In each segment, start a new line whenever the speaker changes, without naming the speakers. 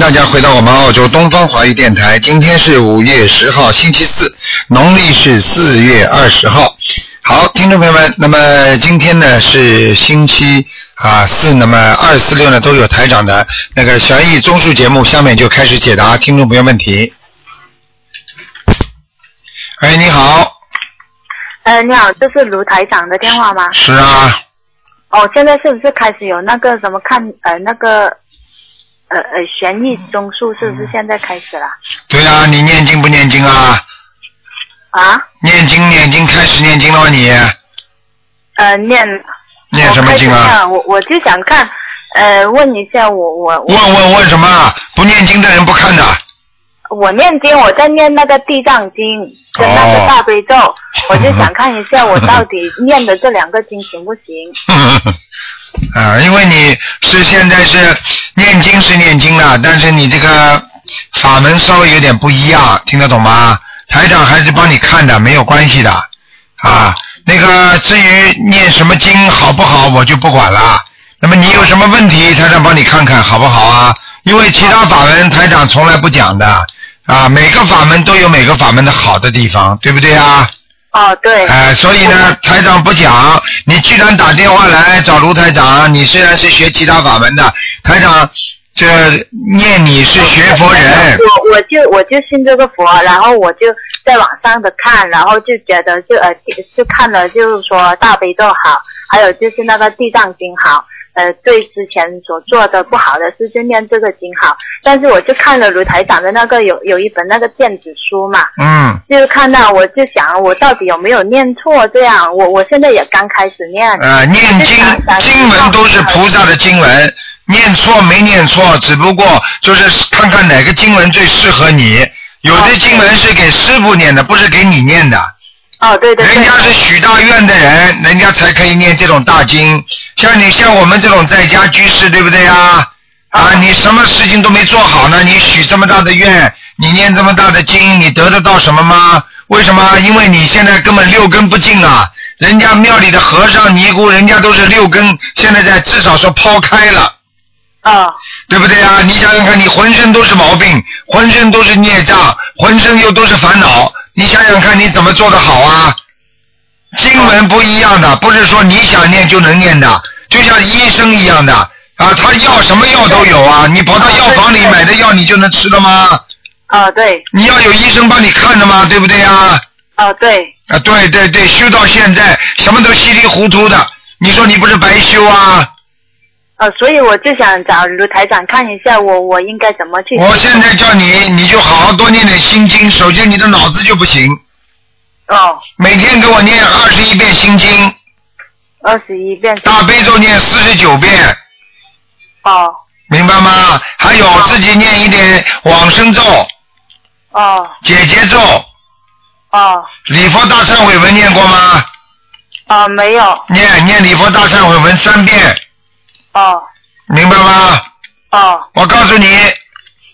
大家回到我们澳洲东方华语电台。今天是五月十号，星期四，农历是四月二十号。好，听众朋友们，那么今天呢是星期啊四，那么二四六呢都有台长的那个悬疑综述节目，下面就开始解答听众朋友问题。哎，你好，
呃，你好，这是卢台长的电话吗？
是啊，
哦，现在是不是开始有那个什么看呃那个呃呃悬疑综述是不是现在开始了？
对啊，你念经不念经啊？
啊？
念经念经，开始念经了吗你？
呃，念
念什么经
哦我开
啊？
始看我我就想看，呃，问一下我我我
问问问什么？不念经的人不看的。
我念经，我在念那个地藏经跟那
哦
个大悲咒，我就想看一下我到底念的这两个经行不行？
啊，因为你是现在是念经是念经了，但是你这个法门稍微有点不一样，听得懂吗？台长还是帮你看的，没有关系的。啊，那个至于念什么经好不好，我就不管了。那么你有什么问题，台长帮你看看好不好啊？因为其他法门台长从来不讲的啊，每个法门都有每个法门的好的地方，对不对啊？
哦，对，
哎、所以呢，台长不讲，你居然打电话来找卢台长，你虽然是学其他法门的，台长这念你是学佛人，
我我就我就信这个佛，然后我就在网上的看，然后就觉得就呃就看了，就是说大悲咒好，还有就是那个地藏经好。呃，对之前所做的不好的事就念这个经好，但是我就看了卢台长的那个有有一本那个电子书嘛，
嗯，
就看到我就想我到底有没有念错这样，我我现在也刚开始念，
呃，念经经文都是菩萨的经文，念错没念错，只不过就是看看哪个经文最适合你。有的经文是给师傅念的，不是给你念的。
哦对对对
人，家是许大愿的人，人家才可以念这种大经。像你像我们这种在家居士，对不对呀？啊，你什么事情都没做好呢？你许这么大的愿，你念这么大的经，你得得到什么吗？为什么？因为你现在根本六根不净啊！人家庙里的和尚尼姑，人家都是六根，现在在至少说抛开了。
哦
对不对啊？你想想看，你浑身都是毛病，浑身都是孽障，浑身又都是烦恼，你想想看，你怎么做得好啊？经文不一样的，不是说你想念就能念的，就像医生一样的啊，他药什么药都有啊，你跑到药房里买的药你就能吃了吗？
哦对
你要有医生帮你看的嘛，对不对啊？
哦对
啊，对对对，修到现在什么都稀里糊涂的，你说你不是白修啊？
哦，所以我就想找卢台长看一下我我应该怎么去。
我现在叫你，你就好好多念点心经。首先，你的脑子就不行，
哦，
每天给我念二十一遍心经，
二十一遍
大悲咒念四十九遍，
哦
明白吗？还有自己念一点往生咒、
哦
解结咒、
哦
礼佛大忏悔文念过吗？
哦，没有
念念礼佛大忏悔文三遍，
哦
明白吗？
哦
我告诉你，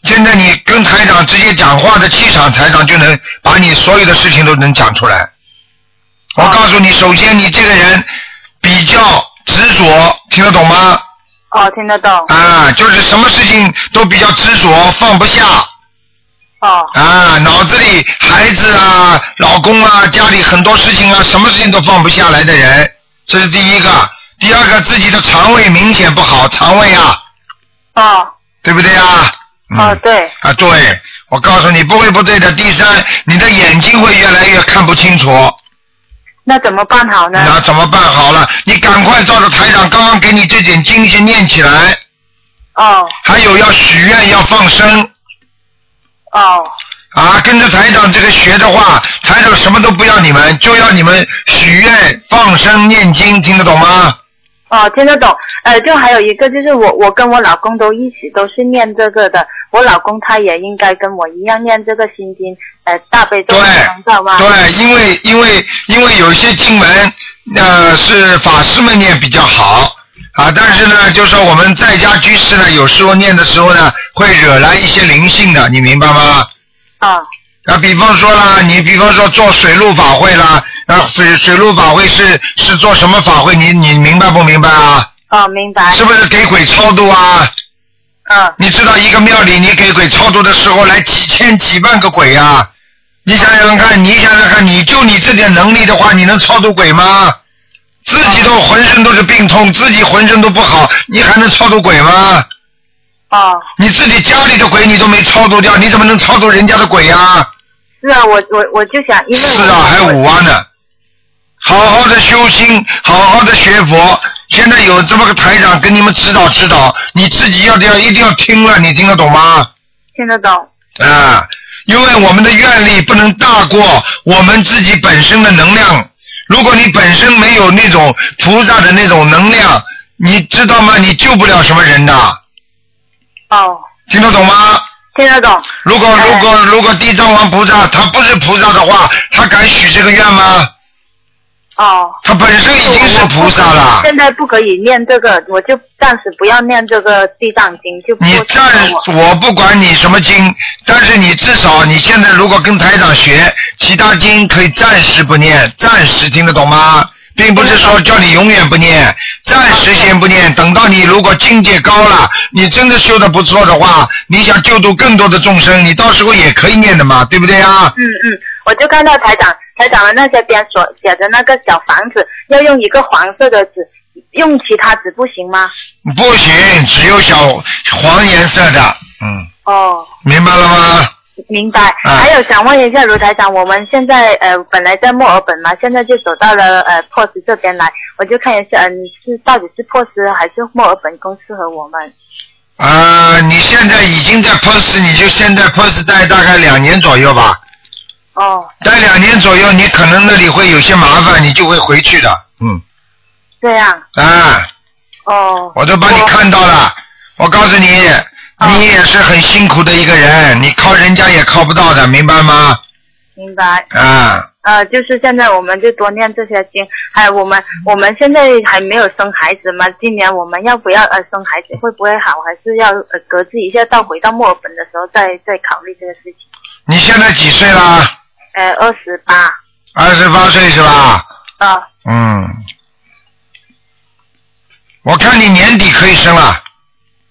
现在你跟台长直接讲话的气场，台长就能把你所有的事情都能讲出来。我告诉你，首先你这个人比较执着，听得懂吗？
哦，听得懂
啊，就是什么事情都比较执着，放不下
哦
啊，脑子里孩子啊、老公啊、家里很多事情啊，什么事情都放不下来的人，这是第一个。第二个，自己的肠胃明显不好，肠胃啊，
哦
对不对啊？嗯
哦对
啊，对，我告诉你不会不对的。第三，你的眼睛会越来越看不清楚，
那怎么办好呢？
那怎么办好了？你赶快照着台长刚刚给你这点经先念起来，
哦
还有要许愿要放生
哦
啊，跟着台长这个学的话，台长什么都不要你们，就要你们许愿、放生、念经，听得懂吗？
哦，听得懂。呃，就还有一个就是我我跟我老公都一起都是念这个的，我老公他也应该跟我一样念这个心经，呃，大悲咒
对
知道吗？
对，因为因为因为有些经文，呃，是法师们念比较好啊，但是呢，就说我们在家居士呢，有时候念的时候呢，会惹来一些灵性的，你明白吗？
啊
啊，比方说啦，你比方说做水陆法会啦，啊，水水陆法会是是做什么法会？你你明白不明白啊？
哦，明白。
是不是给鬼超度啊？
嗯，
你知道一个庙里你给鬼超度的时候来几千几万个鬼呀、你想想看，你想想看，你就你这点能力的话，你能超度鬼吗？自己都浑身都是病痛，自己浑身都不好，你还能超度鬼吗？
哦，
你自己家里的鬼你都没超度掉，你怎么能超度人家的鬼呀、
是啊，我我我就想，因为我
四啊，还五啊呢。好好的修心，好好的学佛。现在有这么个台长跟你们指导指导，你自己要要一定要听了，你听得懂吗？
听得懂，
啊，因为我们的愿力不能大过我们自己本身的能量。如果你本身没有那种菩萨的那种能量，你知道吗？你救不了什么人的，
哦，
听得懂吗？
听得懂，
如果如果如果地藏王菩萨他不是菩萨的话，他敢许这个愿吗？
哦。
他本身已经是菩萨了。
现在不可以念这个，我就暂时不要念这个地藏经，就不
你
会
暂
影响我。
我不管你什么经，但是你至少你现在如果跟台长学，其他经可以暂时不念，暂时听得懂吗？并不是说叫你永远不念，暂时先不念，等到你如果境界高了，你真的修的不错的话，你想救度更多的众生，你到时候也可以念的嘛，对不对啊？
嗯嗯，我就看到台长台长的那些边所写的那个小房子，要用一个黄色的纸，用其他纸不行吗？
不行，只有小黄颜色的，嗯，
哦，
明白了吗？
明白。
啊
还有想问一下卢台长，我们现在呃本来在墨尔本嘛，现在就走到了呃 POS 这边来，我就看一下，嗯、你是到底是 POS 还是墨尔本更适合我们？
啊，你现在已经在 POS，你就现在 POS 待大概两年左右吧，
哦，
待两年左右，你可能那里会有些麻烦，你就会回去的。嗯，
这样，
啊，
哦，
我都帮你看到了，我告诉你，你也是很辛苦的一个人，你靠人家也靠不到的，明白吗？
明白。
啊，
呃，就是现在我们就多念这些经，还有我
嗯
们我们现在还没有生孩子嘛，今年我们要不要呃生孩子会不会好，还是要呃搁置一下，到回到墨尔本的时候再再考虑这个事情。
你现在几岁啦？
呃，二十八，
二十八岁是吧？
啊，
嗯，我看你年底可以生了，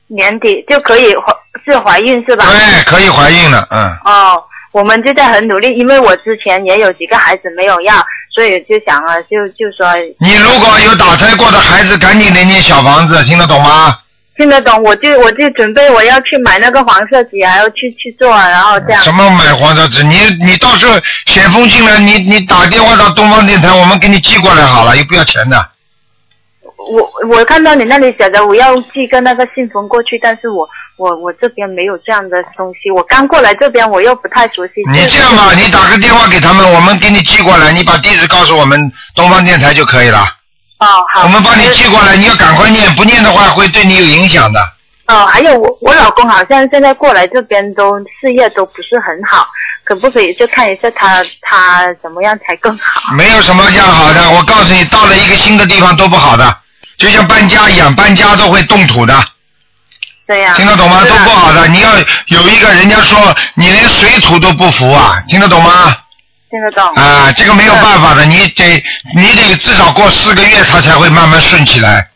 年底就可以怀是怀孕是吧？
对，可以怀孕了，嗯。
哦，我们就在很努力，因为我之前也有几个孩子没有要，所以就想啊，就就说
你如果有打胎过的孩子，赶紧来念小房子，听得懂吗？
听得懂，我就我就准备我要去买那个黄色纸啊，然后去去做啊，然后这样
什。么买黄色纸？你你到时候写封信来，你你打电话到东方电台，我们给你寄过来好了，又不要钱的。
我我看到你那里写的，我要寄个那个信封过去，但是我我我这边没有这样的东西，我刚过来这边我又不太熟悉。
你
就
这样吧，你打个电话给他们，我们给你寄过来，你把地址告诉我们东方电台就可以了。
哦好，
我们帮你寄过来，你要赶快念，不念的话会对你有影响的。
哦，还有我我老公好像现在过来这边都事业都不是很好，可不可以就看一下他他怎么样才更好？
没有什么样好的，我告诉你，到了一个新的地方都不好的，就像搬家一样，搬家都会动土的。
这样
听得懂吗？
啊是
都
啊
不好的，你要有一个人家说你连水土都不服啊，听得懂吗？
听得懂。
啊，这个没有办法的，你得你得至少过四个月，他才会慢慢顺起来。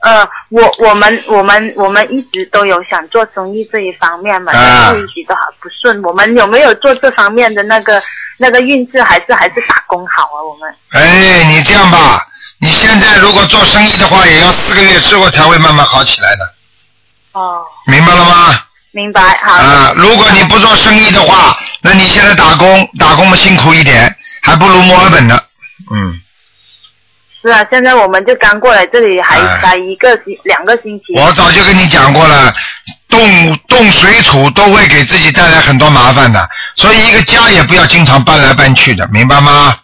呃，我我们我们我们一直都有想做生意这一方面嘛，
啊
但是一直都好不顺。我们有没有做这方面的那个那个运势，还是还是打工好啊？我们
哎，你这样吧，你现在如果做生意的话，也要四个月之后才会慢慢好起来的，
哦，
明白了吗？
明白好。
啊，如果你不做生意的话，那你现在打工，打工嘛辛苦一点，还不如墨尔本呢。嗯，
是啊，现在我们就刚过来这里还，
哎
还才一个星两个星期。
我早就跟你讲过了，动动水土都会给自己带来很多麻烦的，所以一个家也不要经常搬来搬去的，明白吗？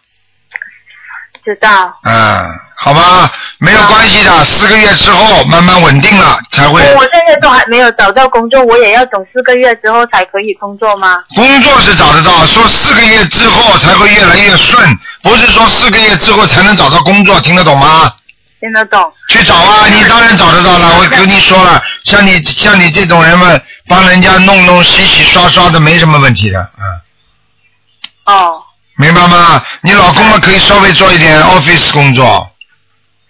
知道。
嗯，好吧，没有关系的，四个月之后慢慢稳定了才会。
哎我现在都还没有找到工作，我也要等四个月之后才可以工作吗？
工作是找得到，说四个月之后才会越来越顺，不是说四个月之后才能找到工作，听得懂吗？
听得懂。
去找啊，你当然找得到了。我跟你说了，像你像你这种人嘛，帮人家弄弄洗洗刷刷的，没什么问题的，嗯。
哦，
明白吗？你老公嘛可以稍微做一点 office 工作，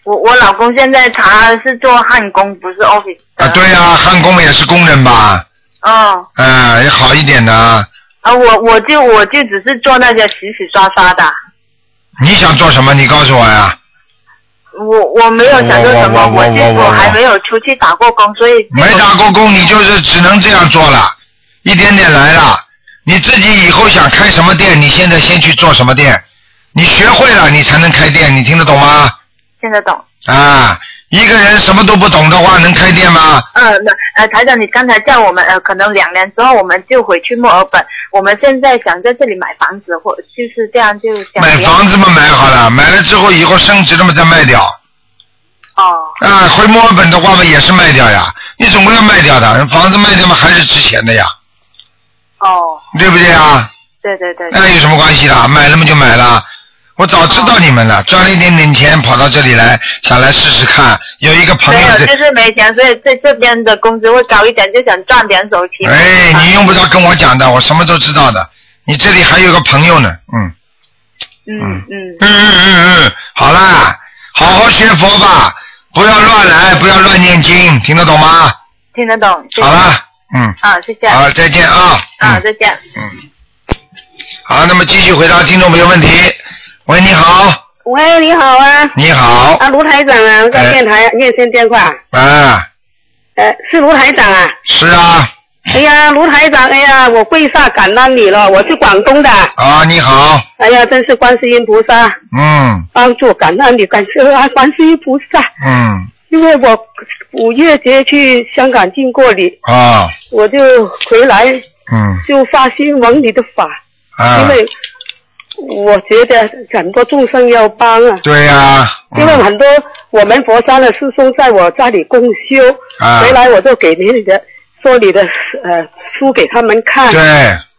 我我老公现在他是做焊工，不是 office 的。
啊，对呀、焊工也是工人吧？
哦，
啊，也好一点的。
啊，我我就我就只是做那个洗洗刷刷的，
你想做什么？你告诉我呀。
我我没有想做什么，
我我我
就
我我
我还没有出去打过工，所以
没打过工，你就是只能这样做了，一点点来了。你自己以后想开什么店，你现在先去做什么店，你学会了，你才能开店，你听得懂吗？
听得懂。
啊，一个人什么都不懂的话，能开店吗？
嗯，那呃，台长，你刚才叫我们呃，可能两年之后我们就回去墨尔本，我们现在想在这里买房子，或就是这样就想
买房子嘛，买好了，买了之后以后升值了嘛，再卖掉。
哦，
啊，回墨尔本的话嘛，也是卖掉呀，你总归要卖掉的，房子卖掉嘛，还是值钱的呀，
哦，
对不对啊？
对对对，
那有什么关系啦？买了嘛就买了。我早知道你们了，赚了一点点钱跑到这里来，想来试试看。有一个朋友
没有，
在，
就是没钱，所以这这边的工资会高一点，就想赚点手气。
哎，你用不着跟我讲的，我什么都知道的。你这里还有个朋友呢，嗯
嗯嗯
嗯嗯嗯嗯，好啦，好好学佛吧，不要乱来，不要乱念经，听得懂吗？
听得懂。谢谢
好啦，嗯，
啊，谢谢。
好，再见啊。
啊，
嗯
再见。
嗯。好，那么继续回答听众朋友问题。喂，你好，
喂，你好啊，
你好，
啊，卢台长啊，我在
哎
电台热线电话，
啊，
呃，是卢台长啊，
是啊。
哎呀，卢台长，哎呀，我跪下感恩你了，我是广东的，
啊，你好，
哎呀，真是观世音菩萨
嗯
帮助，感恩你，感谢啊，观世音菩萨，
嗯
因为我五月节去香港见过你，
啊
我就回来
嗯
就发心蒙你的法，因
啊，
为我觉得很多众生要帮啊，
对呀、
因为
嗯
很多我们佛山的师兄在我家里共修。
啊
回，来我就给你的说你的呃书给他们看，
对，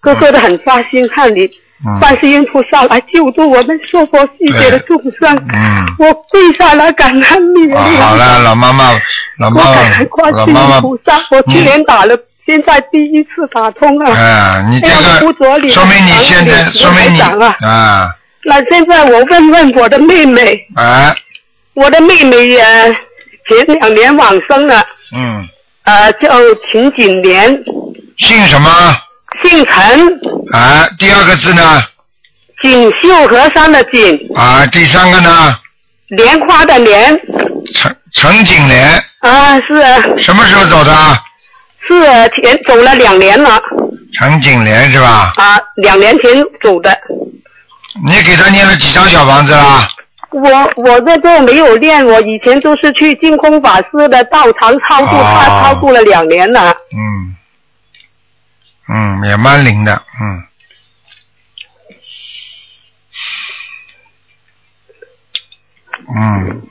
个个都很发心看你
嗯
观世音菩萨来救度我们娑婆世界的众生，
嗯，
我跪下来感恩你
啊，好了，老妈妈，老
我
妈
感
妈
恩观，
老
世
妈
音
妈
菩，萨，我去
嗯
年打了，现在第一次打通了。
啊，你这
哎呀我不着
个
理
说明你现在
我不
说明你
长了
啊
那现在我问问我的妹妹，
啊
我的妹妹也前两年往生了，
嗯，
呃，叫秦景莲，
姓什么？
姓陈，
啊，第二个字呢？
锦绣河山的锦，
啊，第三个呢？
莲花的莲
陈陈景莲，
啊，是啊
什么时候走的？
是啊前走了两年了
陈景莲是吧？
啊，两年前走的。
你给他念了几张小房子啦？
我我这个没有练，我以前都是去净空法师的道场超度，
啊
他超度了两年了。
嗯，嗯，也蛮灵的，嗯。嗯，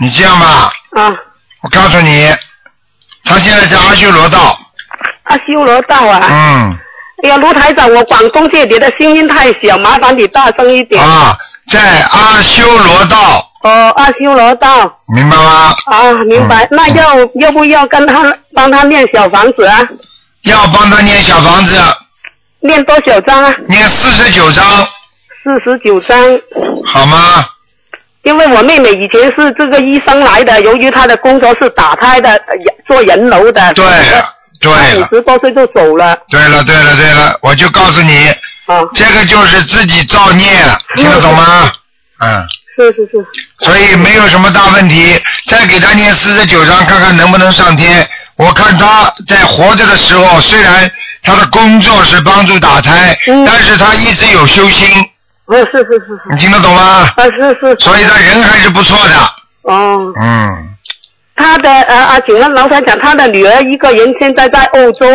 你这样吧，
啊，
我告诉你，他现在在阿修罗道，
阿修罗道啊！
嗯，
哎呀，卢台长，我广东这里的声音太小，麻烦你大声一点。
啊，在阿修罗道，
哦，阿修罗道
明白吗？
啊，明白。
嗯
那要要不要跟他帮他念小房子啊？
要帮他念小房子，
念多少张啊？
念四十九章，
四十九张。
好吗？
因为我妹妹以前是这个医生来的，由于她的工作是打胎的，呃做人楼的，
对对
五
了，
十多岁就走了，
对了，对了，对了，我就告诉你，
啊，
这个就是自己造孽，听得懂吗？嗯，
是是是，
所以没有什么大问题，再给他念四十九章，看看能不能上天。我看他在活着的时候，虽然他的工作是帮助打胎，
嗯
但是他一直有修心，
嗯，是是是是，
你听得懂吗？
啊是是，
所以他人还是不错的。
哦，
嗯，
她的呃啊，请问老台长，她的女儿一个人现在在欧洲，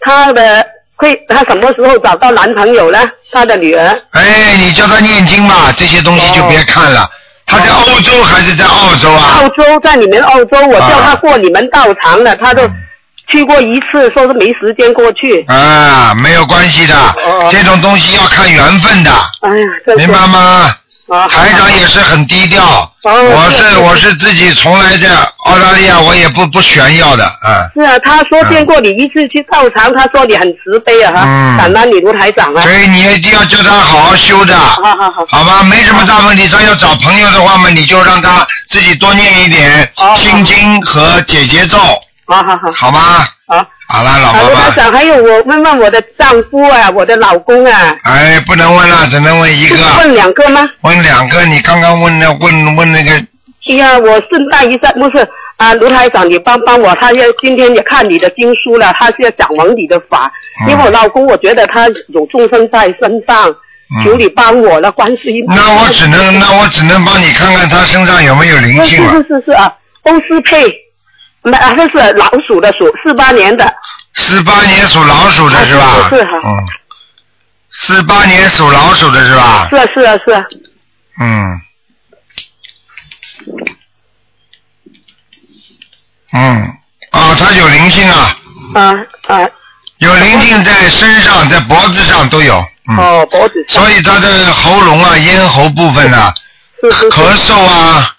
她的会她什么时候找到男朋友呢？她的女儿
哎，你叫他念经吧，这些东西就别看了。他在欧洲还是在澳洲啊？
哦澳洲在你们澳洲，我
啊
叫她过你们道场了，她都去过一次，说是没时间过去，
啊，没有关系的
哦，
这种东西要看缘分的，
哎呀，真是
明白吗？
啊，
台长也是很低调，
哦
我
对
是
对
我是自己从来在澳大利亚我也不不炫耀的，啊、
是啊，他说见过你一次去照常，他说你很慈悲啊，
嗯
哈，感恩你卢台长啊
所，以你一定要叫他好好修着，
好好好，
好吧？没什么大问题，他要找朋友的话嘛，你就让他自己多念一点
哦
心经和解结咒，
好好好，
好吗？
好，
好了，老
啊，
婆
卢台
婆，
长，还有我问问我的丈夫啊，我的老公啊，
哎，不能问了，只能问一
就
个
是，问两个吗？
问两个。你刚刚问的问问那个，
哎呀，我顺带一下，不是啊，卢台长，你帮帮我，他要今天也看你的经书了，他是要讲完你的法，
嗯
因为我老公我觉得他有众生在身上，求
嗯，
你帮我了，关世音菩萨。
那我只能那我只能帮你看看他身上有没有灵
是
性 了。
是是是啊，欧斯佩，那啊这是老鼠的鼠，四八年的，
四八年属老鼠的是吧
啊？是是是
嗯，四八年属老鼠的是吧？
是啊是啊是啊，
嗯。嗯，啊，它有灵性啊，
啊啊
嗯有灵性在身上，在脖子上都有，嗯，
哦脖子上
所以它的喉咙啊、咽喉部分啊，
是是是
咳嗽啊，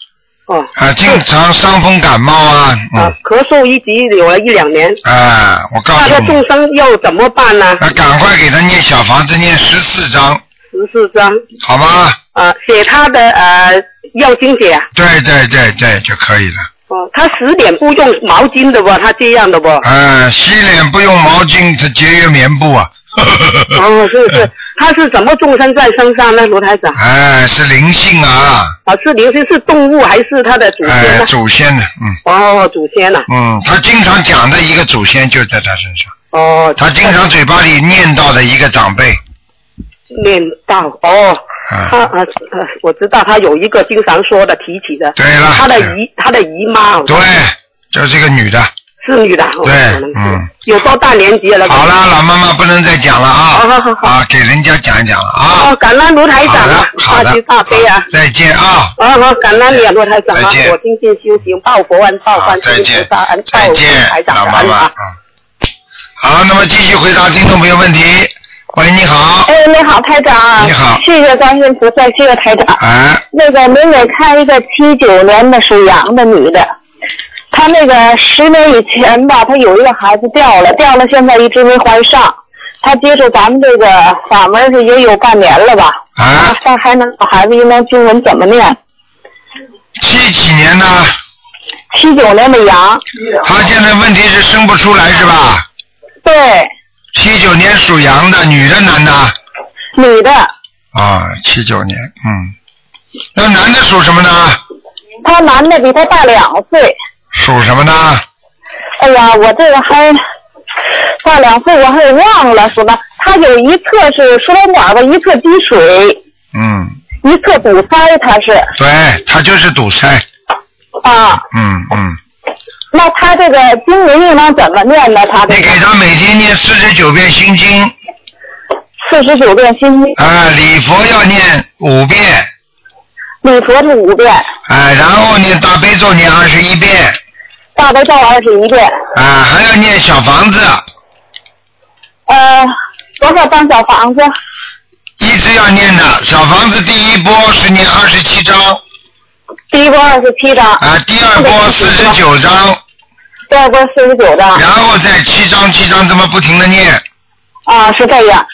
哦
啊，经常伤风感冒啊，
啊
嗯，
咳嗽一直有了一两年，
啊，我告
那
诉
个
你，
众生要怎么办呢？
啊，赶快给他念小房子，念十四章，
十四章
好吗？
啊，写他的呃药经解啊。
对对对对，就可以了。
哦，他十点不用毛巾的喎，他这样的喎。
呃，洗脸不用毛巾，它节约棉布啊。
哦，是是，他是什么众生在身上呢？卢台 长，
哎，是灵性啊，
啊，是灵性是动物还是他的祖先
哎
呢，？
祖先的，嗯
哦，祖先呐、
嗯，他经常讲的一个祖先就在他身上，
哦，
他经常嘴巴里念叨的一个长辈，
念到哦，他
啊，
啊啊，我知道他有一个经常说的提起的，
对了
他的姨他的姨妈哦
对，就这个女的。
是女的，哦
对
可能是
嗯
有多大年纪了？
好啦，老妈妈不能再讲了
好好
啊，
好好，
啊，给人家讲一讲了啊
哦，。感恩卢台长
好
啊
的，，好
大慈
的，
大悲啊
好。再见啊，
啊好，感恩你啊，罗台长
再
啊
见，
我精进修行，报国恩报
好，
观世
啊再
音
见
菩萨恩，报
再
恩
见
台，长
老
的
妈
恩
妈。
啊
嗯。好，那么继续回答听众朋友问题。喂，你好。
哎，你好，台长。
你好
谢谢观世音菩萨，谢谢台长。
哎，
那个，您给看一个七九年的属羊的女的，她那个十年以前吧，她有一个孩子掉了，掉了，现在一直没怀上。她接触咱们这个法门是也有半年了吧？
啊，
她还能老孩子应当经文怎么念？
七几年呢？
七九年的羊，
他现在问题是生不出来是吧？
对，
七九年属羊的，女的男的？
女的，
啊，七九年，嗯。那男的属什么呢？
她男的比她大两岁。
属什么呢？
哎呀，我这个还大两岁，我还给忘了说吧。他有一侧是输卵管吧，一侧积水，
嗯，
一侧堵塞，他是
对，他就是堵塞。
啊。
嗯嗯。
那他这个经文应当怎么念呢？他这
你
个
给他每天念四十九遍心经，
四十九遍心经，
啊，礼佛要念五遍，
礼佛是五遍，
啊，然后念大悲咒念二十一遍，
大悲咒二十一遍，
啊，还要念小房子，
呃，多少张小房子？
一直要念的。小房子第一波是念二十七章，
第一波二十七张，
啊，第二波四十九章，
第二波四十九张，
然后再七章七章这么不停的念，
啊，是这样。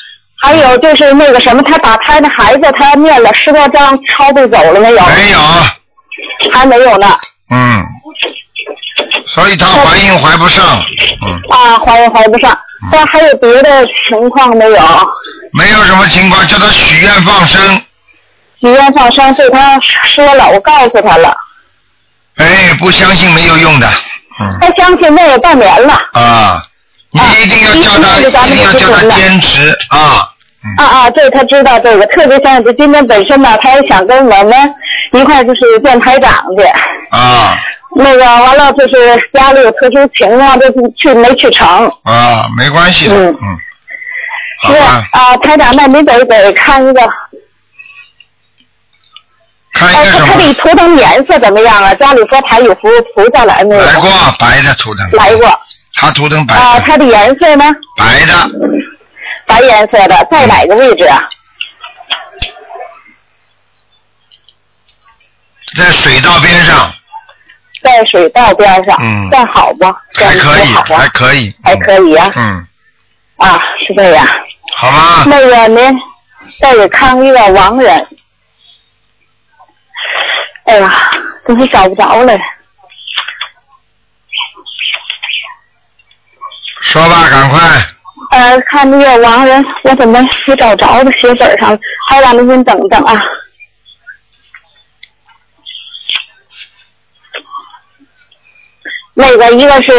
还有就是那个什么，他打胎的孩子，他念了十多张，超度走了没有？
没有，
还没有呢。
嗯，所以她怀孕怀不上，嗯，
啊，怀也怀不上。但还有别的情况没有？
没有什么情况，叫她许愿放生，
许愿放生，对他说了，我告诉他了，
哎，不相信没有用的，嗯，
他相信那也半年了。
啊，你一定要叫她，一定要叫她坚持啊，
啊啊，对他知道这个，特别像这今天本身呢，他也想跟我们一块儿就是见台长去。
啊
那个完了就是家里有特殊情况，就去没去成。
啊，没关系的，
嗯
嗯，好
是
吧，
啊，台长，那您得得看一个，
看一
哎，
个
他
什
他
么
的，图腾颜色怎么样啊？家里佛台有菩菩萨来没有？
来过哎白的图腾，
来过，
她图腾白
啊，
的，
它的颜色呢？
白的。嗯
白颜色的，在哪个位置啊？
在水道边上，
在水道边上，
嗯
这样好吗？这样
还可以，
不好
还
啊，
可以，
还可以啊，
嗯，
啊，是这样。
好吗？
那个您再给看一个亡人，哎呀，真是找不着了。
说吧，赶快。
呃，看那个亡人，我怎么没找着的写本上？还让您等等啊。那个一个是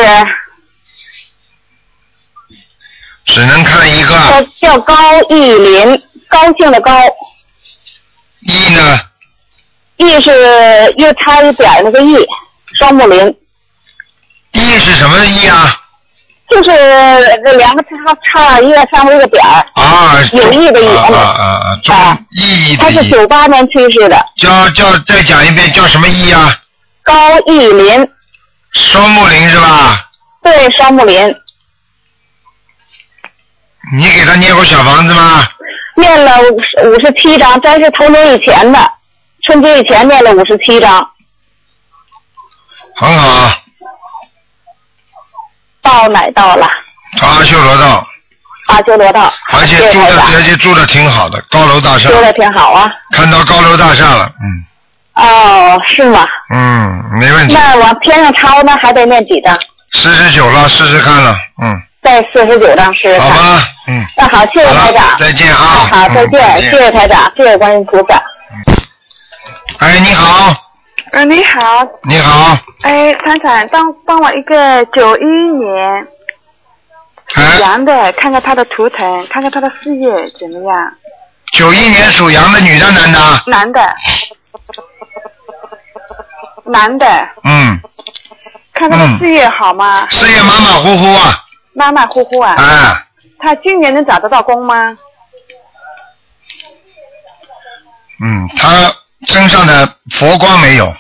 只能看一
叫
个
叫高义林，高兴的高，
一呢，
义是又差一点儿那个义，双木林。
一是什么一啊？
就是这两个叉叉，一个上面一个点儿，
啊，
有意的意
啊啊啊啊，中
啊
意义
他
的
是
意，
九八年去世的，
叫叫再讲一遍，叫什么意啊？
高义林，
双木林是吧？
对，双木林，
你给他念过小房子吗？
念了五十五十七章，这是头年以前的，春节以前念了五十七章，
很好，
到哪儿到了？
到阿修罗道，
阿修罗道，
而且住
谢谢台
的
长
而且住的挺好的，高楼大厦，
说的挺好啊。
看到高楼大厦了，嗯
哦，是吗？
嗯，没问题，
那往天上抄呢，还得念几张？
四十九了，试试看了，嗯，
再四十九张是。
好吧，嗯，
那好，谢谢
好
台
了
长，。
再见啊，
那好，再
嗯
见，谢谢台长，谢谢观音菩萨。
哎，你好，
呃，你好，
你好，
哎，团长，帮帮我一个九一年
哎，
羊的，看看他的图腾，看看他的事业怎么样？
九一年属羊的女的男的，
男的，男的，
嗯，
看他的事业好吗？
事业马马虎虎啊，
马马虎虎啊。
哎，
他今年能找得到工吗？
嗯，他身上的佛光没有，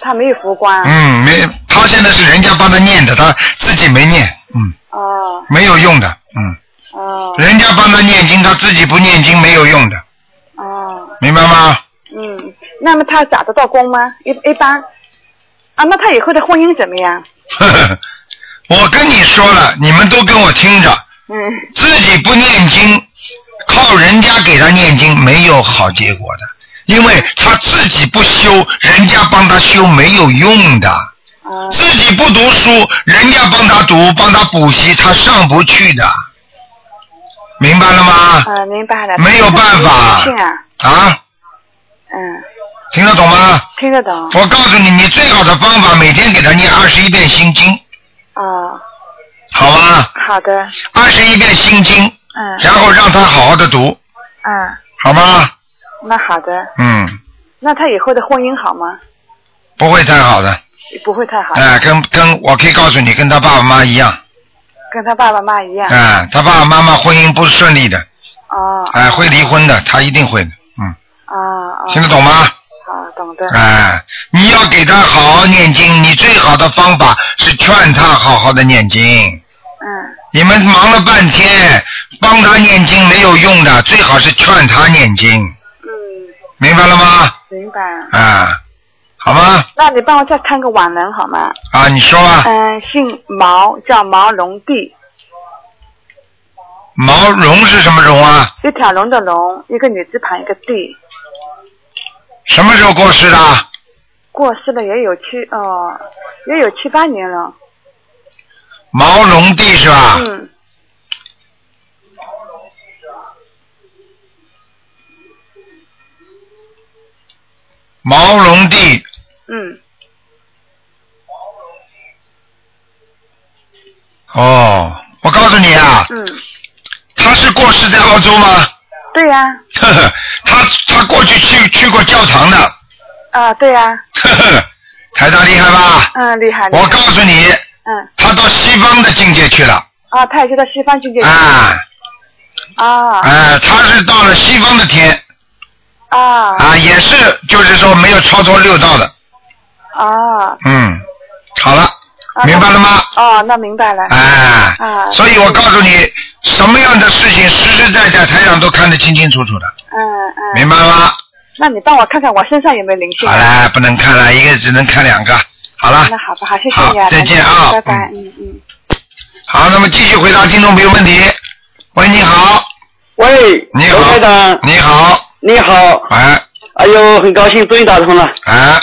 他没有浮光。
嗯，没，他现在是人家帮他念的，他自己没念，嗯，
哦
没有用的，嗯，
哦
人家帮他念经，他自己不念经没有用的，
哦，
明白吗？
嗯，那么他找得到工吗？一一般。啊，那他以后的婚姻怎么样？
呵呵，我跟你说了，你们都跟我听着，
嗯，
自己不念经，靠人家给他念经没有好结果的，因为他自己不修，人家帮他修没有用的。
啊、
自己不读书，人家帮他读，帮他补习，他上不去的，明白了吗？
啊，明白了。
没有办法
信啊，
啊，
嗯，
听得懂吗？
听得懂。
我告诉你，你最好的方法，每天给他念二十一遍心经，
哦，
好吗？
好的，
二十一遍心经，
嗯
然后让他好好的读，
嗯，
好吗？
那好的，
嗯，
那他以后的婚姻好吗？
不会太好的。
不会太好，
哎、跟跟我可以告诉你，跟他爸爸妈妈一样，
跟他爸爸妈妈一样
哎、。他爸爸妈妈婚姻不顺利的，
哦，
哎、会离婚的，他一定会的，嗯，
啊啊，
听得懂吗？
好，懂的。
哎、你要给他好好念经，你最好的方法是劝他好好的念经。
嗯，
你们忙了半天，帮他念经没有用的，最好是劝他念经，
嗯，
明白了吗？
明白。
啊、好吗？
那你帮我再看个网人好吗？
啊，你说吧。
嗯，姓毛，叫毛龙弟，
毛绒是什么绒啊？
一条龙的龙，一个女字旁一个弟。
什么时候过世的？
过世了也有七哦，也有七八年了。
毛绒地是吧？
嗯，
毛绒地，
嗯，
哦，我告诉你啊，
嗯，
他是过世在澳洲吗？
对呀、
呵呵，他他过去去去过教堂的，
啊，对呀、
呵呵，台长厉害吧？
嗯，厉害。厉害
我告诉你，
嗯，
他到西方的境界去了，
啊，他也是到西方境界。
啊，
啊
哎、他是到了西方的天，
啊
啊，也是就是说没有超脱六道的，
啊！
嗯，好了，
啊
明白了吗？
哦，那明白了。
哎、
啊
所以我告诉你，什么样的事情实实在在台上都看得清清楚楚的，
嗯嗯。
明白吗？
那你帮我看看我身上有没有灵性啊
好？啦，不能看了，一个只能看两个。好了，
那好吧，好，谢谢
好
你啊，
再见啊
拜拜，嗯嗯。
好，那么继续回答听众朋友问题。喂，你好，
喂，
你
刘
好
台长，
你好，
你好，
哎
哎呦，很高兴终于打通了。
哎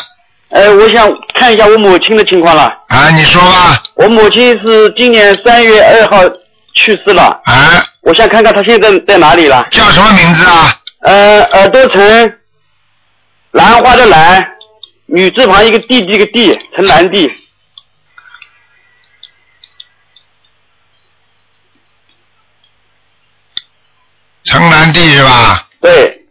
呃，我想看一下我母亲的情况了。
哎，你说吧，
我母亲是今年三月二号去世了，
哎，
我想看看她现在在哪里了。
叫什么名字啊？
呃，耳朵陈，兰花的兰，女字旁一个弟弟一个弟，陈兰弟。
城南地是吧？
对，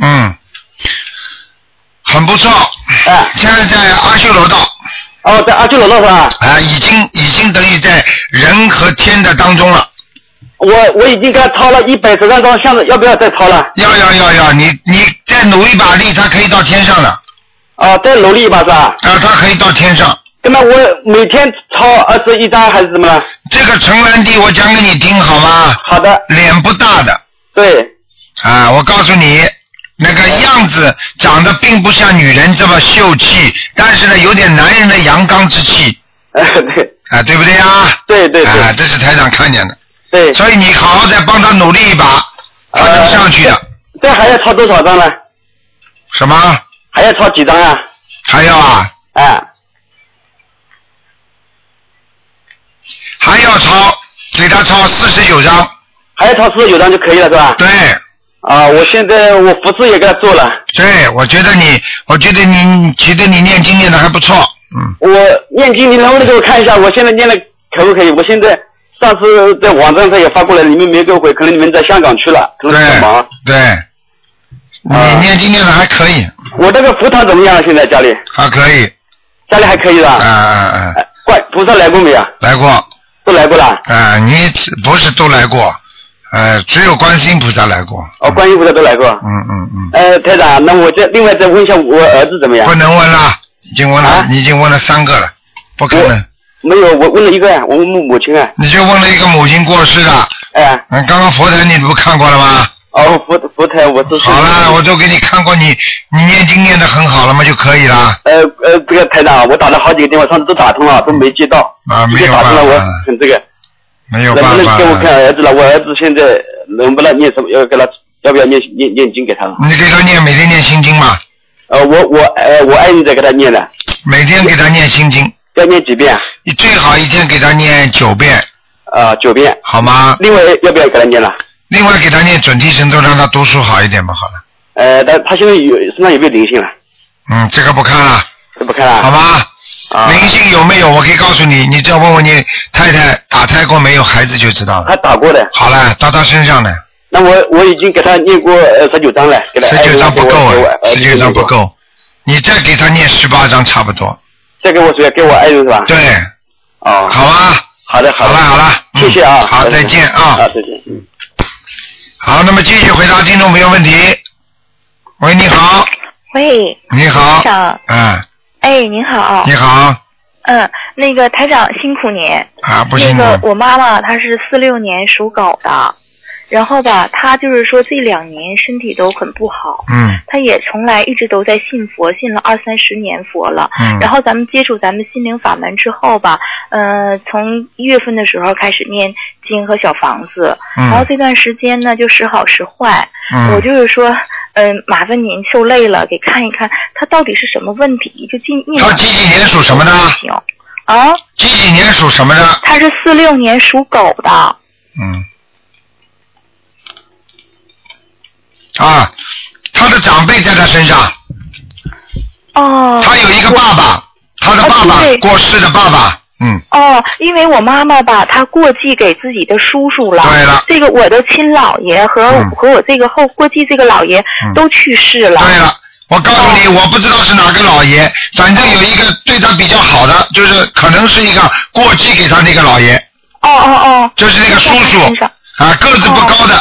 嗯，很不错，
哎，
现在在阿修罗道，
哦，在阿修罗道是吧？
啊，已经已经等于在人和天的当中了。
我我已经给她抄了一百十三张箱子，要不要再抄了？
要要要要，你你再努一把力，他可以到天上的，
啊，再努力一把是吧？
啊，他可以到天上。
那么我每天抄二十一张还是怎么呢？
这个城南地，我讲给你听好吗？
好的，
脸不大的
对，
啊，我告诉你，那个样子长得并不像女人这么秀气，但是呢，有点男人的阳刚之气
呃对，
啊，对不对啊？
对对
啊，
对
这是台长看见的，
对，
所以你好好再帮他努力一把，
呃
他能上去的。
这还要抄多少张呢？
什么？
还要抄几张啊？
还要啊？
啊，
还要抄，给他抄四十九章。
还要抄四十九张就可以了是吧？
对
啊，我现在我服饰也给他做了，
对，我觉得你，我觉得你，你觉得你念经念的还不错，嗯，
我念经，你能不能给我看一下？我现在念的可不可以？我现在上次在网站上也发过来，你们没给我回，可能你们在香港去了，可
对
能很忙。
对，你
啊
念经念的还可以，
我这个佛堂怎么样啊了？现在家里，
还可以，
家里还可以
啊啊
吧？
啊，
哎怪菩萨来过没有？啊
来过。
都来过了。
啊、你只不是都来过，呃，只有观世音菩萨来过。
哦，观音菩萨都来过。
嗯嗯嗯，
呃，台长，那我再另外再问一下我儿子怎么样
不？能问了，已经问了，
啊
你已经问了三个了，不可能，
没有，我问了一个，我问母母亲啊，
你就问了一个母亲过世的，
哎，
嗯，刚刚佛台你不看过了吗？
哦，佛佛台我是
好了，我都给你看过你，你念经念的很好了吗？就可以了，
呃呃，这个台长，我打了好几个电话，上次都打通了，都没接到，
啊
直
没
接
有
打通了，
办法
我很这个，
没有
能不
办法
能给我看
了。
儿子了？我儿子现在能不能念什么？要给他，要不要念念念经给他了？
你给他念，每天念心经嘛，
呃，我我呃我爱人在给他念的，
每天给他念心经，
要念几遍啊？
你最好一天给他念九遍，
啊，九遍。
好吗？
另外要不要给他念了？
另外给他念准提神咒，让他读书好一点嘛，好了。
呃，但他现在有身上有没有灵性了？
嗯，这个不看了，
这不看了。
好吗？
啊，
灵性有没有？我可以告诉你，你只要问问你太太打胎过没有孩子就知道了。
他打过的。
好了，到她身上了，
那我我已经给他念过呃十九章了，给他
十九张不够
哎给我
啊
给我，
十九张不。够，你再给她念十八张差不多。
再给我谁？给我爱人是吧？。
对，
哦，
好吧，
好的
好
的
了好了，嗯
谢谢啊。
好，再见
好，
啊。
再见。嗯
好，那么继续回答听众朋友问题。喂，你好，
喂，
你好
台，长，
嗯，
哎，您好，
你好，
嗯，那个台长辛苦您。
啊，不辛苦，
那个我妈妈她是四六年属狗的，然后吧，她就是说这两年身体都很不好，
嗯
她也从来一直都在信佛，信了二三十年佛了。
嗯，
然后咱们接触咱们心灵法门之后吧，呃，从一月份的时候开始念经和小房子，然后
嗯
这段时间呢就时好时坏，我
嗯，
就是说，嗯、麻烦您受累了，给看一看他到底是什么问题，就进念
他几几年属什么的？
行啊，
几几年属什么的？
他是四六年属狗的，
嗯，啊，他的长辈在他身上，
哦，
他有一个爸爸，他的爸爸
啊对
过世的爸爸，嗯，
哦，因为我妈妈吧，她过继给自己的叔叔了。
对了，
这个我的亲姥爷和、
嗯
和我这个后过继这个姥爷
嗯
都去世了。
对了，我告诉你，我不知道是哪个老爷，反正有一个对他比较好的，就是可能是一个过继给他那个老爷，
哦哦哦，
就是那个叔
在他身
叔
上
啊，个子不高的，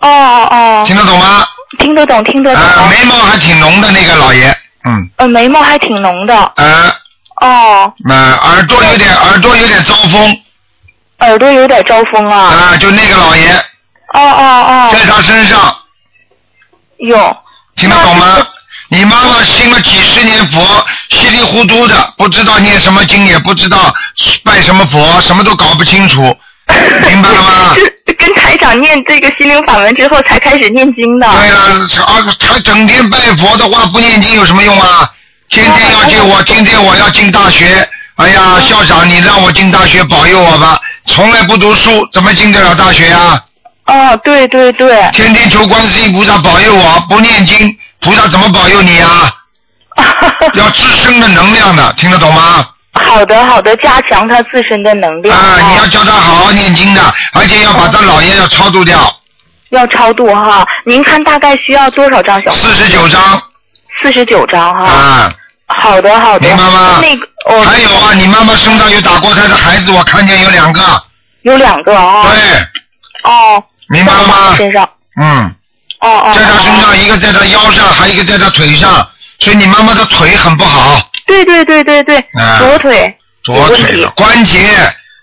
哦哦哦，哦
听得懂吗？
听得懂，听得懂。
啊啊，眉毛还挺浓的那个老爷，嗯，
呃，眉毛还挺浓的。
呃，
哦，
那耳朵有点耳朵有点招风
耳朵有点招风啊。
啊，就那个老爷
哦
啊
哦哦，
在他身上，
有。
听得懂吗？你妈妈信了几十年佛，稀里糊涂的，不知道念什么经，也不知道拜什么佛，什么都搞不清楚，明白了吗？
是 跟台长念这个心灵法门之后才开始念经的。
对了，啊，他整天拜佛的话，不念经有什么用啊？天天要进我，今天我要进大学。哎呀，校长，你让我进大学，保佑我吧！从来不读书，怎么进得了大学啊？
哦，对对对，
天天求观世音菩萨保佑我，不念经，菩萨怎么保佑你啊？要自身的能量的，听得懂吗？
好的好的，加强他自身的能量
啊，你要叫他好好念经
哦
的，而且要把他姥爷要超度掉，
要超度哈。您看大概需要多少张小？
四十九章
四十九张哈。
啊。
好的好的。
明白吗
那个哦，
还有啊，你妈妈身上有打过胎的孩子，我看见有两个，
有两个啊、哦。
对，
哦。
明白了吗？
身上。
嗯，
哦哦。
在他身
哦。
上，一个在他腰上，还有一个在他腿上，所以你妈妈的腿很不好，
对对对对对，
啊
左腿
左腿
有
的
问
关节，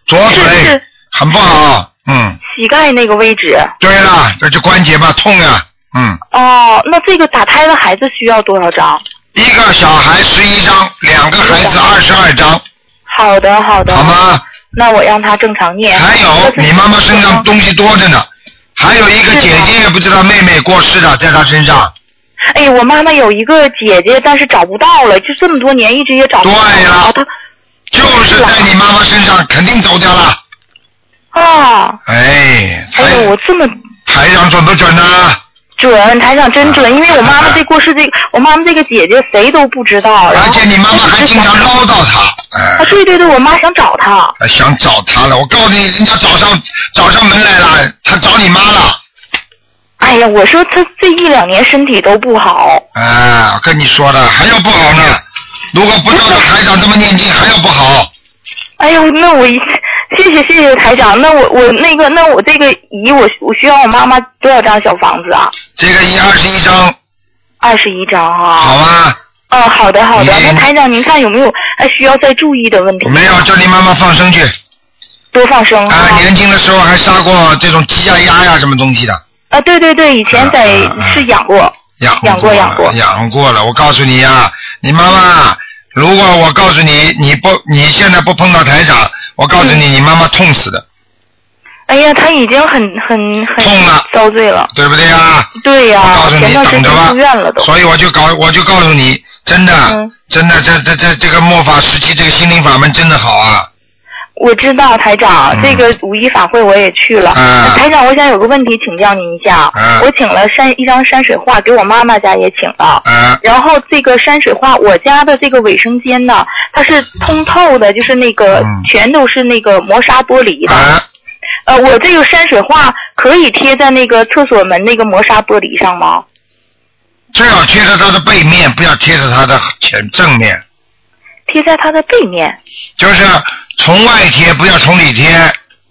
左
是
腿
是
很不好，嗯，
膝盖那个位置。
对了，这就关节吧，痛呀，嗯，
哦，那这个打胎的孩子需要多少张？
一个小孩十一张，两个孩子二十二张，
哦好的好的。
好吗？哎
那我让他正常念。
还有你妈妈身上东西多着呢，还有一个
是
姐
吗
姐也不知道妹妹过世了，在她身上。
哎，我妈妈有一个姐姐，但是找不到了，就这么多年一直也找不到。
对了
啊，她
就是在你妈妈身上肯定走掉了。
啊，
哎，台
哎呦，我这么
台长准不准呢、
准，台长真准，因为我妈妈
啊
这过世这个，我妈妈这个姐姐谁都不知道，然
而
后
且你妈妈还经常唠叨他，
啊，
哎、
对对对，我妈想找她，
想找他了。我告诉你，人家找上找上门来了，他找你妈了。
哎呀，我说她这一两年身体都不好，
哎，我跟你说的，还要不好呢。如果不照着台长这么念经，还要不好。
哎呦，那我一谢谢谢谢台长，那我我那个那我这个姨我我需要我妈妈多少张小房子啊？
这个一二十一章，
二十一张哈、
好吗？
哦，好的好的，
嗯
那台长您看有没有哎需要再注意的问题？啊
没有，叫你妈妈放生去。
多放生
啊，年轻的时候还杀过这种鸡呀、鸭呀什么东西的，
啊，对对对，以前在
啊啊啊
是养过，
养
养过养过
养过了。我告诉你呀、你妈妈，如果我告诉你，你不，你现在不碰到台长，我告诉你，
嗯
你妈妈痛死的，
哎呀，他已经很很很
痛了
遭罪了，
对不对呀、
对呀、
我告诉
前
你，
段时
等着
间
吧
住院了。都。
所以我就告，我就告诉你，真的，
嗯
真的，这这这这个末法时期，这个心灵法门真的好啊。
我知道台长，
嗯
这个五一法会我也去了。
嗯
台长，我想有个问题请教您一下。
嗯
我请了山一张山水画，给我妈妈家也请了。
呃，
然后这个山水画，我家的这个卫生间呢，它是通透的，就是那个、
嗯
全都是那个磨砂玻璃的。
啊，
呃，我这个山水画可以贴在那个厕所门那个磨砂玻璃上吗？
最好贴着它的背面，不要贴着它的前正面，
贴在它的背面，
就是从外贴，不要从里贴。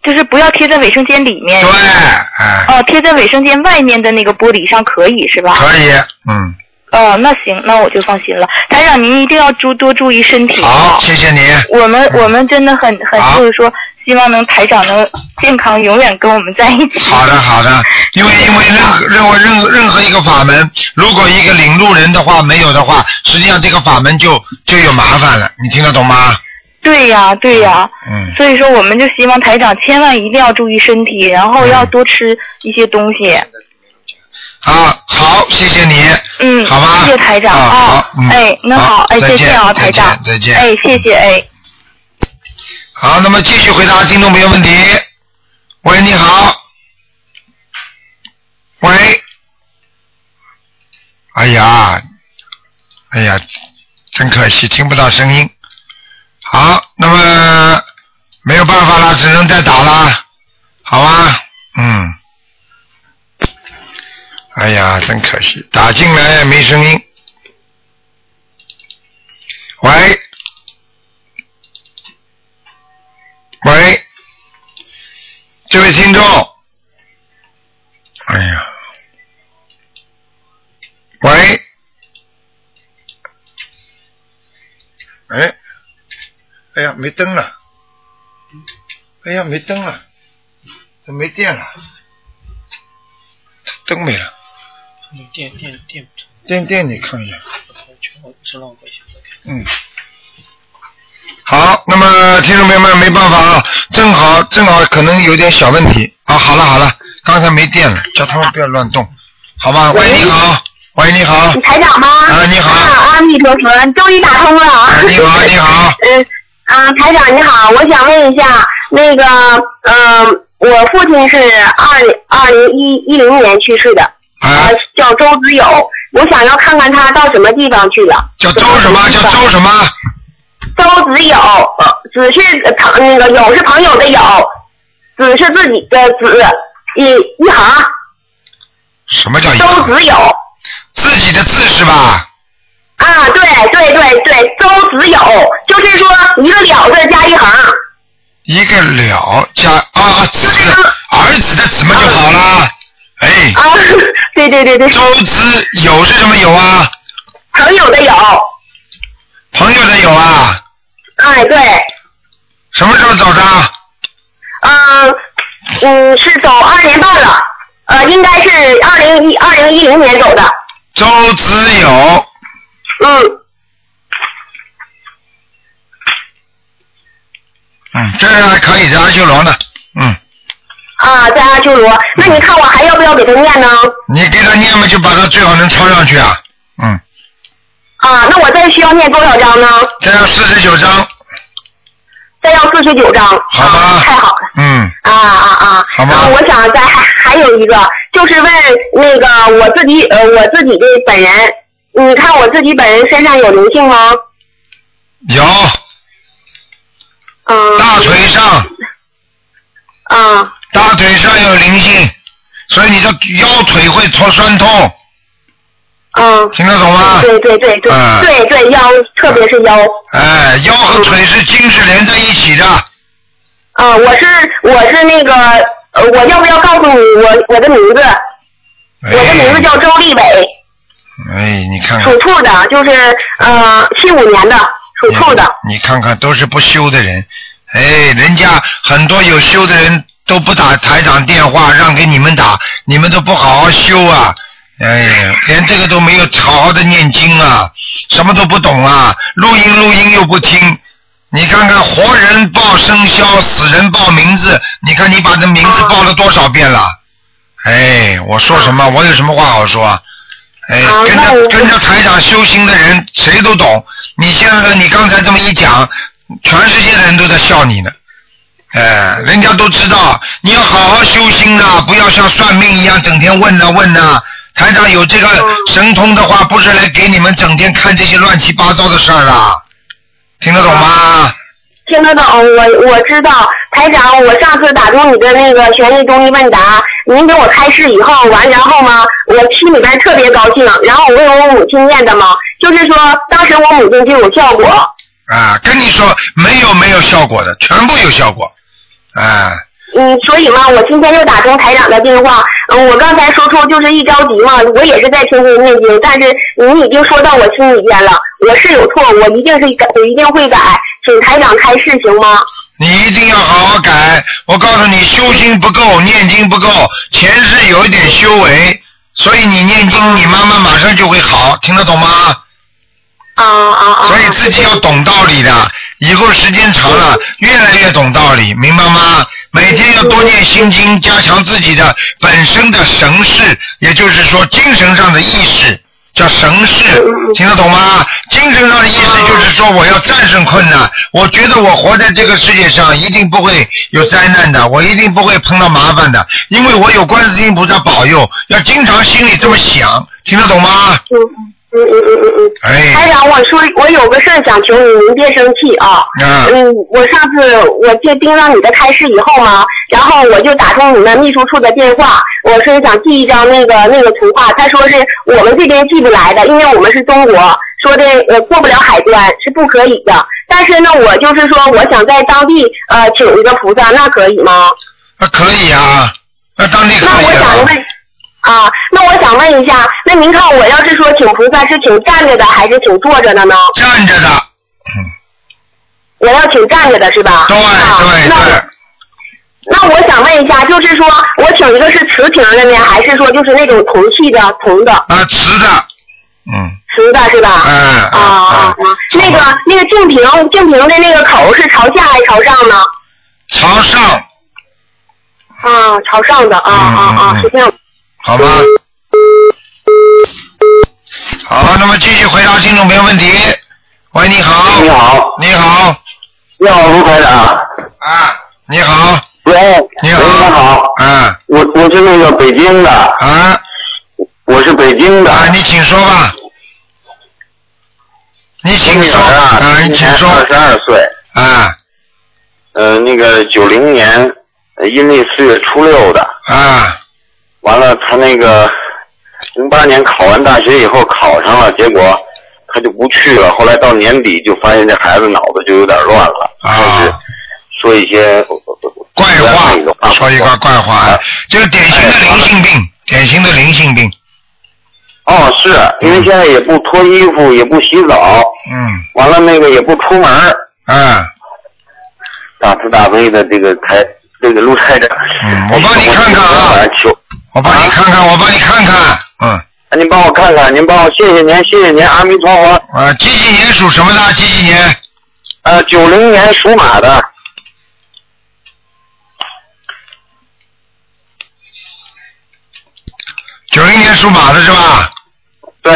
就是不要贴在卫生间里面。
对，哎、
哦、贴在卫生间外面的那个玻璃上可以是吧？
可以，嗯。
哦，那行，那我就放心了。台长，您一定要注多注意身体
好，
啊！
谢谢你。
我们我们真的很很
好
就是说，希望能台长能健康，永远跟我们在一起。
好的，好的，因为因为任何任何任何任何一个法门，如果一个领路人的话没有的话，实际上这个法门就就有麻烦了，你听得懂吗？
对呀、对呀、
嗯，
所以说，我们就希望台长千万一定要注意身体，然
嗯
后要多吃一些东西。
啊，好，谢谢你，
嗯，
好吧
谢谢台长
啊好嗯
哎，那
好
好，
再
哎，再
见
见啊，
再
台
见
长，
再见
哎，谢谢，哎。
好，那么继续回答听众朋友问题。喂，你好，喂，哎呀，哎呀，真可惜，听不到声音。好，那么没有办法了，只能再打了，好吧？嗯。哎呀，真可惜，打进来没声音。喂，喂，这位听众，哎呀，喂，哎呀，没灯了，哎呀，没灯了，怎么没电了？灯没了，
电电电不通，
电电你看一下。
我全我只让我一下。
嗯，好，那么听众朋友们没办法啊，正好正好可能有点小问题啊。好了好了，刚才没电了，叫他们不要乱动，好吧？喂，你好，喂，你好，
台长吗？
啊你好
啊，阿弥陀佛，终于打通了。
啊你好你好。
嗯啊，台长你好，我想问一下，那个嗯、我父亲是二二零一一零年去世的，呃
啊，
叫周子友，我想要看看他到什么地方去了。
叫周什么？叫周什么？
周子友，呃子是呃朋那个友是朋友的友，子是自己的子，一一行，
什么叫一
周
行？
子友。
自己的字是吧？
啊，对对对对，周子友，就是说一个了字加一行。
一个了加啊啊子儿子的子嘛就好啦。哎，
啊， 对对对对，
周子友是什么友啊？
朋友的友，
朋友的友啊？
哎对，
什么时候找的？
嗯嗯，是走二年半了，呃，应该是二零一二零一零年走的，
周子友，
嗯，
嗯，这个还可以，这阿修罗呢，嗯，
啊，在阿修罗，那你看我还要不要给他念呢？
你给他念嘛，就把他最好能抄上去啊，嗯，
啊，那我再需要念多少章呢？
这要四十九章，
再要四十九章，
好
啊
吧
太好了。
嗯，
啊啊啊！
好吗
然后我想再还还有一个，就是问那个我自己呃我自己的本人，你看我自己本人身上有灵性吗？
有
嗯
大腿上，
嗯
大腿上有灵性，所以你的腰腿会酸酸痛，
嗯，
听得懂吗？
对对对对、
啊
对对腰，特别是腰。
哎，腰和腿是筋是连在一起的，
啊、我是我是那个呃，我要不要告诉你我我的名字？
哎
我，的名字叫周立伟，
哎，你看看
属，兔的，就是呃七五年的，属兔的。
你你看看都是不修的人，哎，人家很多有修的人都不打台长电话，让给你们打，你们都不好好修啊，哎呀，连这个都没有好好的念经啊，什么都不懂啊，录音录音又不听。你看看，活人报生肖，死人报名字。你看你把这名字报了多少遍了？哎，我说什么？我有什么话好说啊？哎，
啊
跟
那
着
我
跟着台长修行的人谁都懂。你现在你刚才这么一讲，全世界的人都在笑你呢。哎，人家都知道你要好好修心呐、不要像算命一样整天问呐、问呐、台长有这个
嗯
神通的话，不是来给你们整天看这些乱七八糟的事儿啦。听得懂吗？
听得懂，我我知道，台长，我上次打通你的那个悬疑中医问答，您给我开示以后，完然后嘛，我心里边特别高兴，然后我为我母亲念的嘛，就是说当时我母亲就有效果，
啊，跟你说没有没有效果的，全部有效果。啊，
嗯，所以嘛，我今天又打通台长的电话，嗯，我刚才说错，就是一着急嘛，我也是在天天念经，但是您已经说到我心里边了，我是有错，我一定是改，我一定会改，请台长开示行吗？
你一定要好好改。我告诉你，修心不够，念经不够，前世有一点修为，所以你念经，你妈妈马上就会好，听得懂吗？
啊啊啊！
所以自己要懂道理的，以后时间长了，越来越懂道理，明白吗？每天要多念心经，加强自己的本身的神识，也就是说精神上的意识，叫神识，听得懂吗？精神上的意识就是说我要战胜困难，我觉得我活在这个世界上一定不会有灾难的，我一定不会碰到麻烦的，因为我有观世音菩萨保佑，要经常心里这么想，听得懂吗？
嗯嗯嗯嗯嗯嗯。
哎，
台长，我说我有个事儿想求你，您别生气啊。
啊、
嗯，我上次我接听到你的开示以后嘛，然后我就打通你们秘书处的电话，我是想寄一张那个那个图画，他说是我们这边寄不来的，因为我们是中国，说的呃过不了海关是不可以的。但是呢，我就是说我想在当地呃请一个菩萨，那可以吗？
那可以啊，那当地可以、
那
啊。
我想问。啊，那我想问一下，那您看我要是说请菩萨是请站着的还是请坐着的呢？
站着的，嗯，
我要请站着的是吧？
对
啊
对对，
那我想问一下，就是说我请一个是瓷瓶的呢，还是说就是那种铜器的、铜的、
啊，瓷的，嗯，
瓷的，是吧？
哎
啊啊
啊，
啊！那个那个净瓶，净瓶的那个口是朝下还是朝上呢？
朝上，
啊，朝上的啊啊啊，是这样。
好吗？好，那么继续回答听众朋友问题。喂，你好，
你好，
你好，
你好，卢台长。
啊，你好，
喂，
你好
喂你好，
啊
我我是那个北京的，
啊
我是北京的。
啊，你请说吧，你
我
请
女
说
儿啊，
啊，你
今
请
年
说
二十二岁，
啊
呃，那个九零年呃阴历四月初六的，
啊
完了她那个零八年考完大学以后考上了，结果她就不去了，后来到年底就发现这孩子脑子就有点乱了，开始
啊，
说一些
怪
那个
话，说一个怪话，啊，这个典型的灵性病，典型的灵性病，
哦，是因为现在也不脱衣服，也不洗澡，
嗯
完了那个也不出门儿，
啊。
大慈大悲的这个台这个陆台长。
嗯我帮你看看啊
我求哎
我帮你看看，我帮你看看，嗯，
您帮我看看，您帮我谢谢您，谢谢您，阿弥陀佛。
啊，几几年属什么的？几几年？
呃，九零年属马的，
九零年属马的是吧？
对，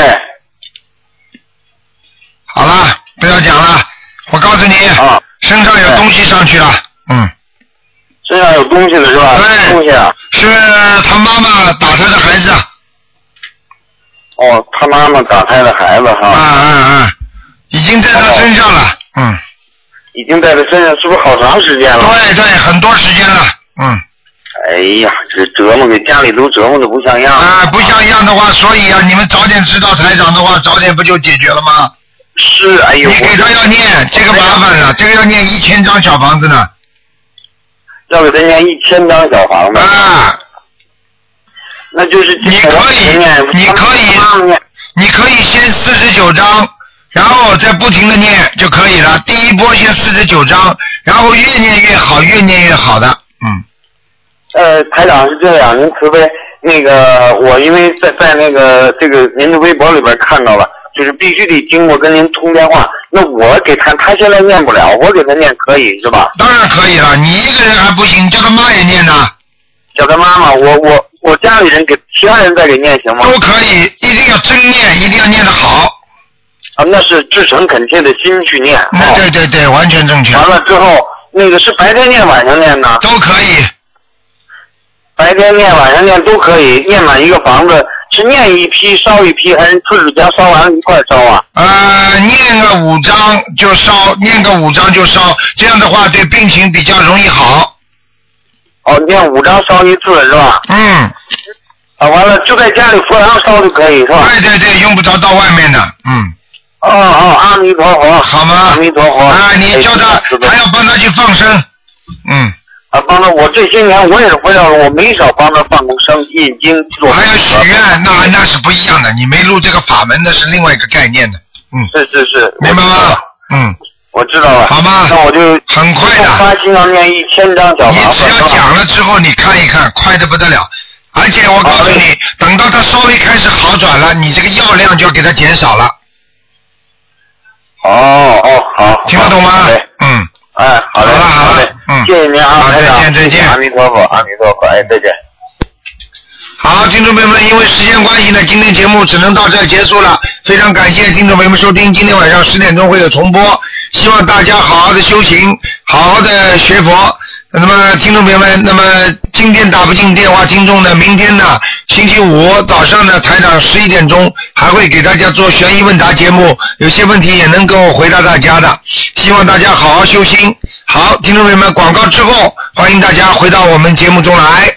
好了，不要讲了，我告诉你，
啊，
身上有东西上去了，嗯，
身上有东西了是吧？
对
东西啊，
是他妈妈打他的孩子，啊
哦，他妈妈打胎的孩子哈，
啊啊，已经在他身上了，嗯，
已经在他身上，是不是好长时间了？
对对，很多时间了，嗯，
哎呀，这折磨给家里都折磨的不像样。
啊，不像样的话，所以啊，你们早点知道台长的话，早点不就解决了吗？
是，哎
你
呦，
给他要念，这个麻烦了，这个要念一千张小房子呢，
我要给他念一千张小房子，
啊。
那就是
你可以
念，
你可以
他妈妈念
你可以先四十九章，然后再不停的念就可以了。第一波先四十九章，然后越念越好，越念越好的。嗯，
呃，台长是这样，您慈悲。那个，我因为在在那个这个您的微博里边看到了，就是必须得经过跟您通电话。那我给他，他现在念不了，我给他念可以是吧？
当然可以了。你一个人还不行，叫他妈也念呐，
叫他妈妈，我我我家里人给其他人再给念行吗？
都可以。一定要真念，一定要念得好。
啊，那是至诚恳切的心去念。
那对对对，哦完全正确
哦。，完了之后，那个是白天念，晚上念呢？
都可以。
白天念、晚上念都可以，念满一个房子是念一批烧一批，还是自己家烧完了一块儿烧啊？
呃，念个五章就烧，念个五章就烧，这样的话对病情比较容易好。
哦，念五张烧一次是吧？
嗯，
啊，完了就在家里佛堂烧就可以是吧？
对对对，用不着到外面的。嗯，
哦哦，阿弥陀佛，
好吗？
阿弥陀佛。
啊，
哎
你叫他
是的
还要帮他去放生。嗯，
啊，帮着我这些年我也是回来了，我没少帮着办公生印经做功哎课。
还要许愿，那那是不一样的。你没入这个法门，那是另外一个概念的。嗯，
是是是，
明白
我知道
吗
了？
嗯，
我知道了。
好吗
那我就
很快
以后
的。
发心要念一千张小
你
房子
只要
是吧？
讲了之后，你看一看，快的不得了。而且我告诉
哦
你，等到他稍微开始好转了，你这个药量就要给他减少了，
哦哦，好，
听得懂吗
好嘞？
嗯，
哎，好嘞，
好了好了
嘞，
嗯
谢谢您啊，
好
台长
再见再见
阿弥陀佛，阿弥陀佛，哎，再见。
好，听众朋友们，因为时间关系呢，今天节目只能到这儿结束了。非常感谢听众朋友们收听，今天晚上十点钟会有重播。希望大家好好的修行，好好的学佛。那么，听众朋友们，那么今天打不进电话，听众呢，明天呢，星期五早上呢，台长十一点钟还会给大家做悬疑问答节目，有些问题也能够回答大家的。希望大家好好修心。好，听众朋友们，广告之后，欢迎大家回到我们节目中来。